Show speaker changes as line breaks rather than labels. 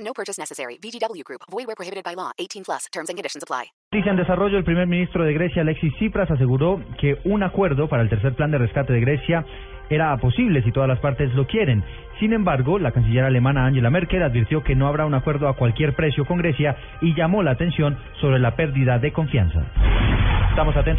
No purchase necessary. VGW Group. Void where prohibited by law. 18 plus. Terms and conditions apply.
Noticia en desarrollo, el primer ministro de Grecia, Alexis Tsipras, aseguró que un acuerdo para el tercer plan de rescate de Grecia era posible si todas las partes lo quieren. Sin embargo, la canciller alemana Angela Merkel advirtió que no habrá un acuerdo a cualquier precio con Grecia y llamó la atención sobre la pérdida de confianza. Estamos atentos.